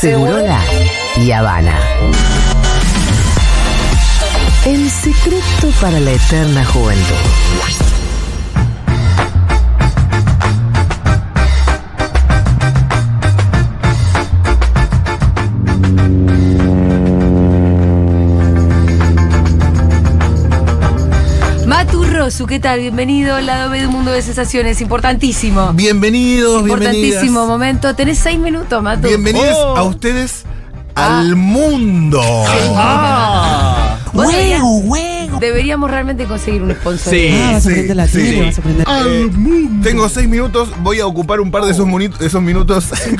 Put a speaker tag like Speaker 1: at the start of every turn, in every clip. Speaker 1: Segurola y Habana. El secreto para la eterna juventud.
Speaker 2: Rosu, ¿qué tal? Bienvenido al lado B de un mundo de sensaciones, importantísimo.
Speaker 3: Bienvenidos,
Speaker 2: Importantísimo
Speaker 3: bienvenidas.
Speaker 2: momento. Tenés seis minutos, Matu.
Speaker 3: Bienvenidos
Speaker 4: Oh.
Speaker 3: a ustedes al mundo.
Speaker 4: Ah,
Speaker 2: Vos deberías- Deberíamos realmente conseguir un sponsor.
Speaker 4: Sí.
Speaker 5: Ah, vas a aprender la
Speaker 3: sí,
Speaker 5: tele,
Speaker 3: sí.
Speaker 5: vas a aprender.
Speaker 3: Eh, Tengo seis minutos, voy a ocupar un par de esos, muni- esos minutos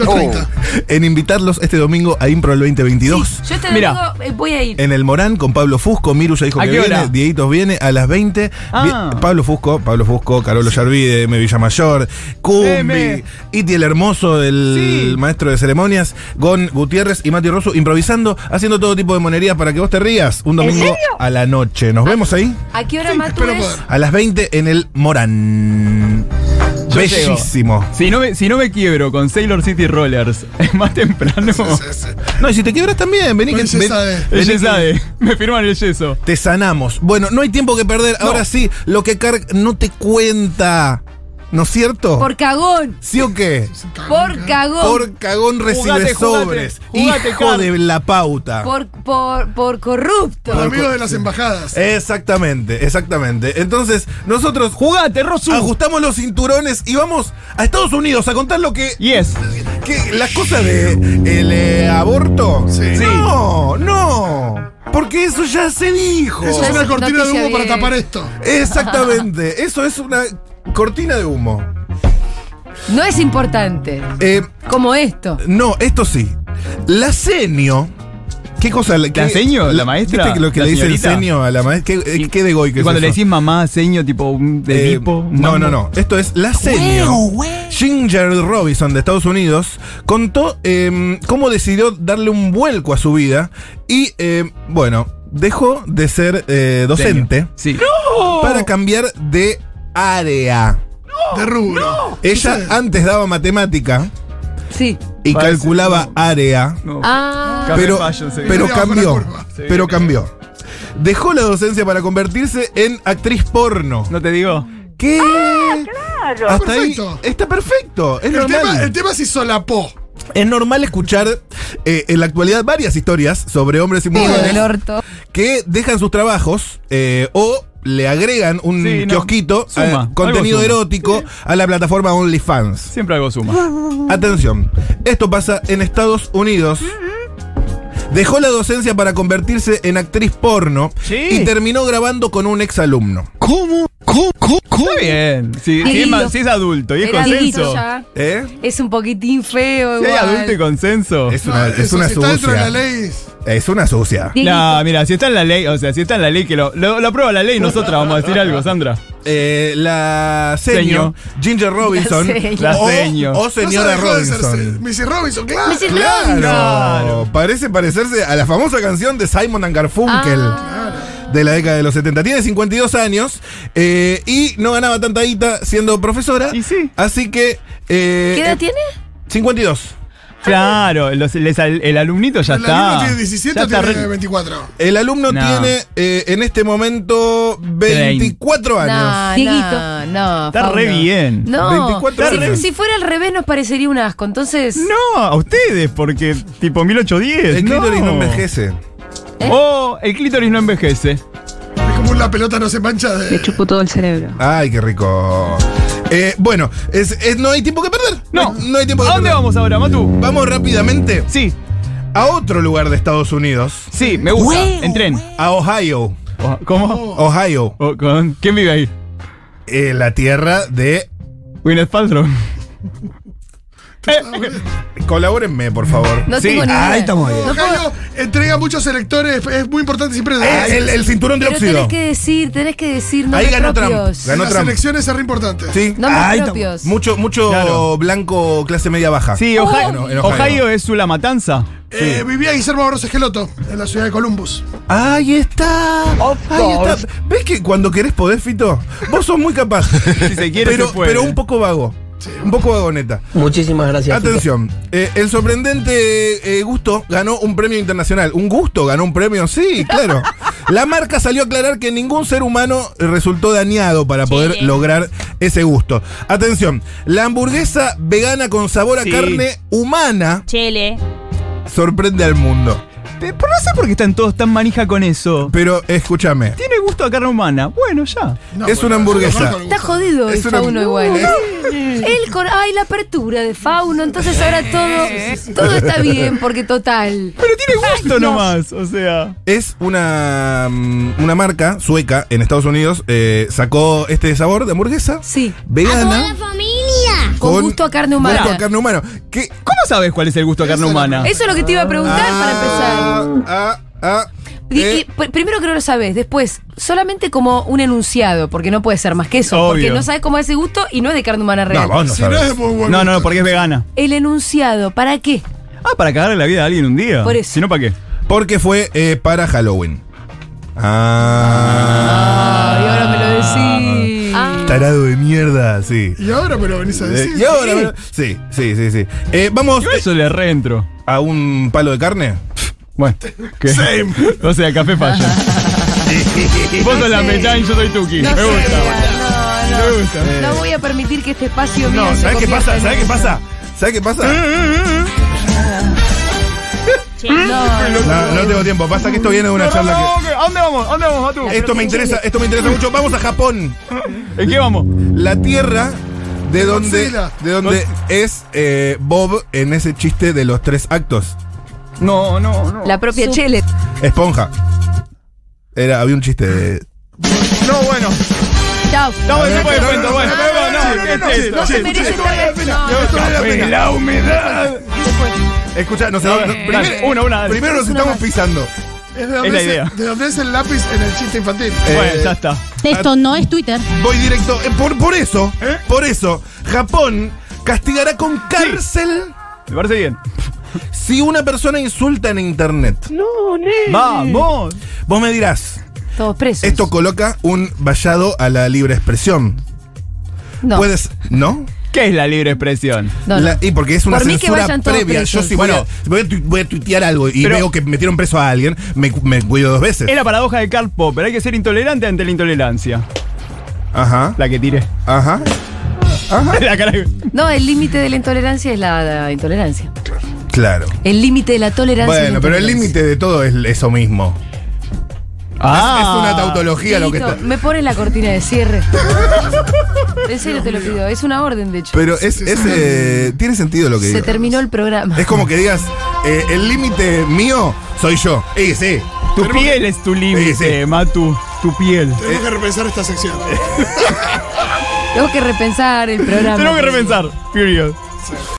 Speaker 3: en invitarlos este domingo a Impro el 2022.
Speaker 2: Yo este
Speaker 4: Mira.
Speaker 2: domingo eh, voy a ir.
Speaker 3: En el Morán con Pablo Fusco, Miru ya dijo
Speaker 4: ¿A
Speaker 3: que
Speaker 4: qué
Speaker 3: viene,
Speaker 4: hora?
Speaker 3: Dieguitos viene a las 20.
Speaker 4: Ah.
Speaker 3: Vi- Pablo Fusco, Pablo Fusco, Carolo Yarvide, M. Villamayor, Cumbi,
Speaker 4: M.
Speaker 3: Iti el Hermoso, el
Speaker 4: Sí.
Speaker 3: maestro de ceremonias, Gon Gutiérrez y Mati Rosso improvisando, haciendo todo tipo de monerías para que vos te rías un domingo a la noche. Nos vemos ahí
Speaker 2: ¿A qué hora, Matu? es?
Speaker 3: a las 20 en el Morán.
Speaker 4: Yo
Speaker 3: Bellísimo.
Speaker 4: Si no, me, si no me quiebro con Sailor City Rollers más temprano,
Speaker 3: No, y si te quebras también, vení que ven- vení
Speaker 4: ella
Speaker 3: que-
Speaker 4: Pues sabe, me firman el yeso.
Speaker 3: Te sanamos. Bueno, no hay tiempo que perder. Ahora sí, lo que Carg no te cuenta. ¿No es cierto?
Speaker 2: Por cagón.
Speaker 3: ¿Sí o qué?
Speaker 2: Por cagón.
Speaker 3: Por cagón recibe
Speaker 4: Jugate, jugate,
Speaker 3: sobres.
Speaker 4: jugate,
Speaker 3: Hijo
Speaker 4: Carg.
Speaker 3: de la pauta.
Speaker 2: Por, por, por corrupto.
Speaker 6: amigos de las embajadas.
Speaker 3: Exactamente, exactamente. Entonces, nosotros
Speaker 4: ¡Jugate, Rosu!
Speaker 3: ajustamos los cinturones y vamos a Estados Unidos a contar lo que.
Speaker 4: Yes.
Speaker 3: que las cosas de el eh, aborto.
Speaker 6: Sí.
Speaker 3: No, no. Porque eso ya se dijo.
Speaker 6: Eso
Speaker 2: Ya
Speaker 6: es una
Speaker 2: es
Speaker 6: cortina de
Speaker 2: noticia
Speaker 6: humo para
Speaker 2: bien.
Speaker 6: tapar esto.
Speaker 3: Exactamente. Eso es una cortina de humo.
Speaker 2: No es importante.
Speaker 3: Eh,
Speaker 2: Como esto.
Speaker 3: no, esto sí. La senio. ¿Qué cosa?
Speaker 4: ¿La senio? ¿La maestra?
Speaker 3: ¿Viste lo que
Speaker 4: ¿La
Speaker 3: le dice el
Speaker 4: señorita?
Speaker 3: senio a la maestra? ¿Qué, eh, qué de goy que
Speaker 4: Y
Speaker 3: es
Speaker 4: cuando le
Speaker 3: eso?
Speaker 4: decís mamá, seño, tipo un de
Speaker 3: Eh,
Speaker 4: tipo. un
Speaker 3: no,
Speaker 4: mambo.
Speaker 3: no, no. Esto es la senio. Ginger Robinson de Estados Unidos contó eh, cómo decidió darle un vuelco a su vida y, eh, bueno, dejó de ser eh, docente
Speaker 4: Sí.
Speaker 3: para cambiar de área.
Speaker 6: De rubro.
Speaker 3: Ella antes daba matemática
Speaker 2: Sí.
Speaker 3: y
Speaker 4: Parece-
Speaker 3: calculaba área.
Speaker 4: No.
Speaker 2: Ah.
Speaker 4: Café
Speaker 3: pero,
Speaker 4: Fashion, sí.
Speaker 3: pero
Speaker 6: Cuidado con la
Speaker 3: cambió.
Speaker 6: curva.
Speaker 4: Sí.
Speaker 3: Pero cambió. Dejó la docencia para convertirse en actriz porno.
Speaker 4: ¿No te digo?
Speaker 3: ¿Qué? Hasta
Speaker 6: Perfecto.
Speaker 3: ahí está perfecto. Es
Speaker 6: El
Speaker 3: normal.
Speaker 6: tema, el tema se solapó.
Speaker 3: Es normal escuchar eh, en la actualidad varias historias sobre hombres y
Speaker 2: Digo del
Speaker 3: mujeres
Speaker 2: orto.
Speaker 3: que dejan sus trabajos eh, o le agregan un
Speaker 4: Sí, no.
Speaker 3: kiosquito
Speaker 4: Suma,
Speaker 3: eh,
Speaker 4: algo
Speaker 3: contenido
Speaker 4: suma.
Speaker 3: erótico a la plataforma OnlyFans.
Speaker 4: Siempre algo suma.
Speaker 3: Atención, esto pasa en Estados Unidos. Dejó la docencia para convertirse en actriz porno
Speaker 4: Sí.
Speaker 3: y terminó grabando con un exalumno.
Speaker 4: ¿Cómo? ¿Cómo? ¿Cómo? bien. Si,
Speaker 2: Qué
Speaker 4: si es,
Speaker 2: lindo.
Speaker 4: ma- si es adulto y es
Speaker 2: Era
Speaker 4: consenso.
Speaker 2: adulto ya.
Speaker 3: ¿Eh?
Speaker 2: Es un poquitín feo.
Speaker 4: Si hay
Speaker 2: igual.
Speaker 4: adulto y consenso.
Speaker 3: Es una,
Speaker 6: No,
Speaker 3: es
Speaker 6: eso,
Speaker 3: una
Speaker 6: si está dentro de la
Speaker 3: sucia.
Speaker 6: ley.
Speaker 3: Es una sucia.
Speaker 2: Dieguito.
Speaker 4: No, mira, si está en la ley, o sea, si está en la ley, que lo, lo, lo aprueba la ley, nosotras vamos a decir algo, Sandra.
Speaker 3: Eh, la seño,
Speaker 4: Seño.
Speaker 3: Ginger Robinson.
Speaker 2: La seño.
Speaker 4: La
Speaker 3: o-
Speaker 4: seño.
Speaker 3: O, señora
Speaker 6: No se dejó de ser se-
Speaker 3: Robinson.
Speaker 6: Missy Robinson, claro.
Speaker 2: Missy
Speaker 3: Claro.
Speaker 4: Claro.
Speaker 3: Parece parecerse a la famosa canción de Simon and Garfunkel.
Speaker 2: Ah.
Speaker 3: de la década de los 70. Tiene 52 años eh, y no ganaba tanta guita siendo profesora.
Speaker 4: Y sí.
Speaker 3: Así que. eh,
Speaker 2: ¿Qué edad tiene?
Speaker 3: 52.
Speaker 4: Claro, los- les- el alumnito ya
Speaker 6: El
Speaker 4: está.
Speaker 6: alumno tiene 17
Speaker 4: ya
Speaker 6: o
Speaker 4: está
Speaker 6: tiene
Speaker 4: re-
Speaker 6: 24.
Speaker 3: El alumno
Speaker 4: No.
Speaker 3: tiene eh, en este momento 24 años.
Speaker 2: Dieguito. No, no.
Speaker 4: Está
Speaker 2: Fauno.
Speaker 4: re bien.
Speaker 2: No.
Speaker 3: 24
Speaker 2: si,
Speaker 3: horas.
Speaker 2: si fuera al revés nos parecería un asco. Entonces.
Speaker 4: No, a ustedes, porque tipo 1810.
Speaker 3: El clítoris no.
Speaker 4: no
Speaker 3: envejece.
Speaker 2: ¿Eh?
Speaker 4: Oh, el clítoris no envejece.
Speaker 6: Es como la pelota no se mancha de.
Speaker 3: Ay, qué rico. Eh, bueno, es- es- no hay tiempo que perder.
Speaker 4: No.
Speaker 3: hay- no hay tiempo que
Speaker 4: ¿A dónde
Speaker 3: perder.
Speaker 4: vamos ahora, Matu?
Speaker 3: Vamos rápidamente
Speaker 4: Sí,
Speaker 3: a otro lugar de Estados Unidos,
Speaker 4: sí, me gusta. en tren.
Speaker 3: a Ohio.
Speaker 4: Oh, ¿Cómo?
Speaker 3: Ohio,
Speaker 4: Oh, con- ¿Quién vive ahí?
Speaker 3: eh, la tierra de
Speaker 4: Gwyneth Paltrow. Eh,
Speaker 3: Colabórenme, por favor.
Speaker 2: No
Speaker 4: Sí,
Speaker 2: tengo ni idea.
Speaker 3: ahí estamos bien.
Speaker 2: No puedo-
Speaker 6: Ohio entrega muchos electores. Es muy importante siempre.
Speaker 3: Eh, el, el cinturón de
Speaker 2: pero
Speaker 3: óxido.
Speaker 2: tenés que decir, tenés que decir nombres
Speaker 3: Ahí ganó
Speaker 2: propios.
Speaker 3: Trump. Ganó
Speaker 6: las
Speaker 3: Trump.
Speaker 6: elecciones es re importante.
Speaker 3: Sí.
Speaker 2: Nombres
Speaker 3: Ahí
Speaker 2: propios.
Speaker 3: estamos. Mucho, mucho
Speaker 4: Claro.
Speaker 3: blanco clase media baja.
Speaker 4: Sí,
Speaker 2: Oh.
Speaker 4: Ohio,
Speaker 3: Bueno, en
Speaker 4: Ohio. es Sula Matanza.
Speaker 6: Eh, Vivía Guillermo Barros Esqueloto en la ciudad de Columbus.
Speaker 3: Ahí está. Ahí
Speaker 4: course.
Speaker 3: está. ¿Ves que cuando querés poder, Fito? Vos sos muy capaz.
Speaker 4: Si se quiere,
Speaker 3: pero,
Speaker 4: se puede.
Speaker 3: pero un poco vago. Un poco vagoneta.
Speaker 5: Muchísimas gracias.
Speaker 3: Atención, eh, el sorprendente eh, Gusto ganó un premio internacional. ¿Un Gusto ganó un premio? Sí, claro. La marca salió a aclarar que ningún ser humano resultó dañado para poder lograr ese gusto. Atención, la hamburguesa vegana con sabor a
Speaker 7: Sí.
Speaker 3: carne humana
Speaker 8: Chele.
Speaker 3: sorprende al mundo.
Speaker 4: Pe- Pero no sé por qué están todos tan manija con eso.
Speaker 3: Pero escúchame,
Speaker 4: Tiene gusto a carne humana. Bueno, ya.
Speaker 6: No,
Speaker 3: Es una hamburguesa.
Speaker 6: yo no
Speaker 2: Está
Speaker 6: conozco el gusto.
Speaker 2: jodido el
Speaker 3: Es una-
Speaker 2: fauno igual. ¿eh? Él con. Ay, la apertura de fauno. Entonces ahora todo. Todo está bien, porque total.
Speaker 4: Pero tiene gusto nomás. O sea.
Speaker 3: es una, mm, una marca sueca en Estados Unidos. eh, sacó este sabor de hamburguesa
Speaker 2: Sí. Ah,
Speaker 3: vegana
Speaker 8: familia!
Speaker 2: Con gusto a carne humana.
Speaker 3: Gusto a carne humana. ¿Qué?
Speaker 4: ¿Cómo sabes cuál es el gusto a carne humana?
Speaker 2: Eso es lo que te iba a preguntar para empezar.
Speaker 3: Ah, ah, ah,
Speaker 2: Di-
Speaker 3: eh.
Speaker 2: y pr- primero que no lo sabes, después, solamente como un enunciado, porque no puede ser más que eso,
Speaker 4: Obvio.
Speaker 2: porque no sabes cómo es ese gusto y no es de carne humana real.
Speaker 3: No, vos no
Speaker 6: Si no es de
Speaker 3: sabés.
Speaker 6: muy buen
Speaker 4: No, no,
Speaker 6: gusto.
Speaker 4: no, porque es vegana.
Speaker 2: El enunciado, ¿para qué?
Speaker 4: Ah, para cagarle la vida a alguien un día.
Speaker 2: Por eso.
Speaker 4: Si no, ¿para qué?
Speaker 3: Porque fue eh, para Halloween. Ah.
Speaker 2: Ay, ahora me lo decís.
Speaker 3: Tarado de mierda, sí.
Speaker 6: Y ahora me lo venís a
Speaker 3: Eh,
Speaker 6: decir.
Speaker 3: y ahora, bueno, sí, sí, sí, sí. Eh, vamos
Speaker 4: Yo eso le reentro.
Speaker 3: eh, a un palo de carne.
Speaker 4: Bueno, ¿qué?
Speaker 6: Same.
Speaker 4: O sea, café falla. Vos sos la mechan y yo soy Tuki.
Speaker 2: No
Speaker 4: Me
Speaker 2: sé,
Speaker 4: gusta.
Speaker 2: no, no.
Speaker 4: Me gusta.
Speaker 2: No voy a permitir que este espacio mío
Speaker 3: No,
Speaker 2: se
Speaker 3: ¿sabes qué
Speaker 2: convierta
Speaker 3: pasa?
Speaker 2: en
Speaker 3: ¿Sabes qué
Speaker 2: eso.
Speaker 3: pasa? ¿Sabes qué pasa?
Speaker 2: No,
Speaker 3: No, no tengo tiempo. Pasa que esto viene de una charla que.
Speaker 4: ¿A dónde vamos? ¿A dónde vamos, Matu?
Speaker 3: Esto me interesa, esto me interesa mucho. Vamos a Japón.
Speaker 4: ¿En qué vamos?
Speaker 3: La tierra de donde,
Speaker 6: Godzilla.
Speaker 3: de donde es eh, Bob en ese chiste de los tres actos.
Speaker 4: No, no, no.
Speaker 2: la propia Chele.
Speaker 3: Esponja. Era, había un chiste de.
Speaker 4: No, bueno.
Speaker 2: Chao.
Speaker 4: Estamos en tiempo de cuento. Bueno,
Speaker 2: no,
Speaker 4: pero no, no, ¿qué
Speaker 3: no,
Speaker 4: es
Speaker 3: no,
Speaker 4: esto?
Speaker 2: No se merece esta vez. No, no,
Speaker 3: Esto vale la pena.
Speaker 4: la humedad.
Speaker 3: Escucha, no sé.
Speaker 4: Dale,
Speaker 3: no, primero,
Speaker 4: una, una, dale.
Speaker 3: primero nos estamos pisando.
Speaker 6: Es de donde
Speaker 4: Es la
Speaker 6: es-
Speaker 4: idea.
Speaker 6: de donde es el lápiz en el chiste infantil.
Speaker 4: Bueno, ya está.
Speaker 8: Esto no es Twitter.
Speaker 3: Voy directo. eh, por, por eso, por eso, Japón castigará con cárcel
Speaker 4: Me parece bien.
Speaker 3: si una persona insulta en internet.
Speaker 4: ¡Vamos!
Speaker 3: Vos me dirás,
Speaker 2: Todos presos.
Speaker 3: esto coloca un vallado a la libre expresión.
Speaker 2: no.
Speaker 3: Puedes. ¿No?
Speaker 4: ¿Qué es la libre expresión?
Speaker 2: no, no.
Speaker 3: La- y porque es una
Speaker 2: Por mí que
Speaker 3: censura
Speaker 2: vayan todos
Speaker 3: previa. Yo
Speaker 2: presos.
Speaker 3: si voy, a, voy, a tu- voy a tuitear algo y
Speaker 4: Pero-
Speaker 3: veo que metieron preso a alguien, me, me cuido dos veces.
Speaker 4: Es la paradoja de Karl Popper. Hay que ser intolerante ante la intolerancia.
Speaker 3: Ajá,
Speaker 4: La que tiré.
Speaker 3: ajá.
Speaker 4: La cara que-
Speaker 2: No, el límite de la intolerancia es la, la intolerancia.
Speaker 3: Claro.
Speaker 2: El límite de la tolerancia. es la
Speaker 3: Bueno, pero el
Speaker 2: intolerancia.
Speaker 3: límite de todo es eso mismo. Es
Speaker 2: Ah,
Speaker 3: una tautología lo que
Speaker 2: Dieguito,
Speaker 3: está.
Speaker 2: Me pones la cortina de cierre. En serio te lo pido, es una orden de hecho.
Speaker 3: Pero es, es, eh, tiene sentido lo que
Speaker 2: Se
Speaker 3: digo.
Speaker 2: terminó el programa.
Speaker 3: Es como que digas, eh, el límite mío soy yo. Y sí.
Speaker 4: Tu piel es tu
Speaker 3: Sí, sí.
Speaker 4: límite, Matu. Tu piel.
Speaker 6: Tenemos que repensar esta sección.
Speaker 2: Tengo que repensar el programa.
Speaker 4: Tengo que repensar. Period.